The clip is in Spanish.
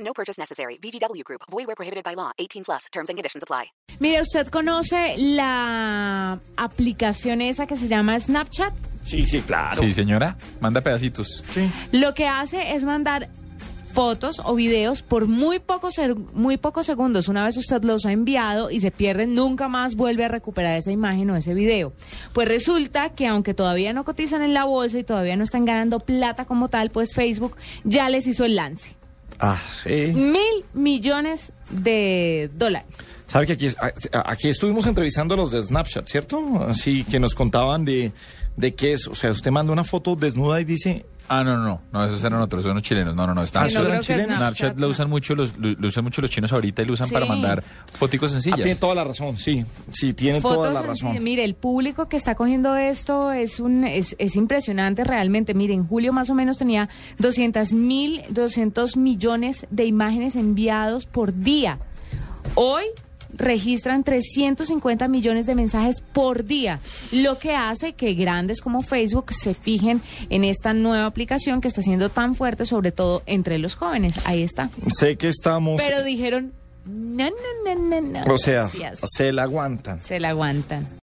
No purchase necessary. VGW Group. Void where prohibited by law. 18 plus. Terms and conditions apply. Mire, ¿usted conoce la aplicación esa que se llama Snapchat? Sí, sí, claro. Sí, señora, manda pedacitos. Lo que hace es mandar fotos o videos por muy pocos ser- muy pocos segundos. Una vez usted los ha enviado y se pierde, nunca más vuelve a recuperar esa imagen o ese video. Pues resulta que aunque todavía no cotizan en la bolsa y todavía no están ganando plata como tal, pues Facebook ya les hizo el lance. Ah, sí. Mil millones de dólares. Sabe que aquí, es- a- a- aquí estuvimos entrevistando a los de Snapchat, ¿cierto? Así que nos contaban de, de qué es. O sea, usted manda una foto desnuda y dice. Ah, no, no, no, esos eran otros, esos eran chilenos. No, no, no, está. Ah, Sí, no eran creo que chilenos. Snapchat lo usan mucho los, lo, lo usan mucho los chinos ahorita y lo usan Sí. para mandar foticos Ah, tiene sencillas. toda la razón, sí. Sí, tiene toda Fotos, la sencillas. razón. mire, el público que está cogiendo esto es un es, es impresionante realmente. Mire, en julio más o menos tenía 200 mil, 200 millones de imágenes enviados por día. Hoy registran 350 millones de mensajes por día, lo que hace que grandes como Facebook se fijen en esta nueva aplicación que está siendo tan fuerte, sobre todo entre los jóvenes. Ahí está. Sé que estamos. Pero dijeron, no, no, no, no, no. o sea, Gracias. se la aguantan. se la aguantan.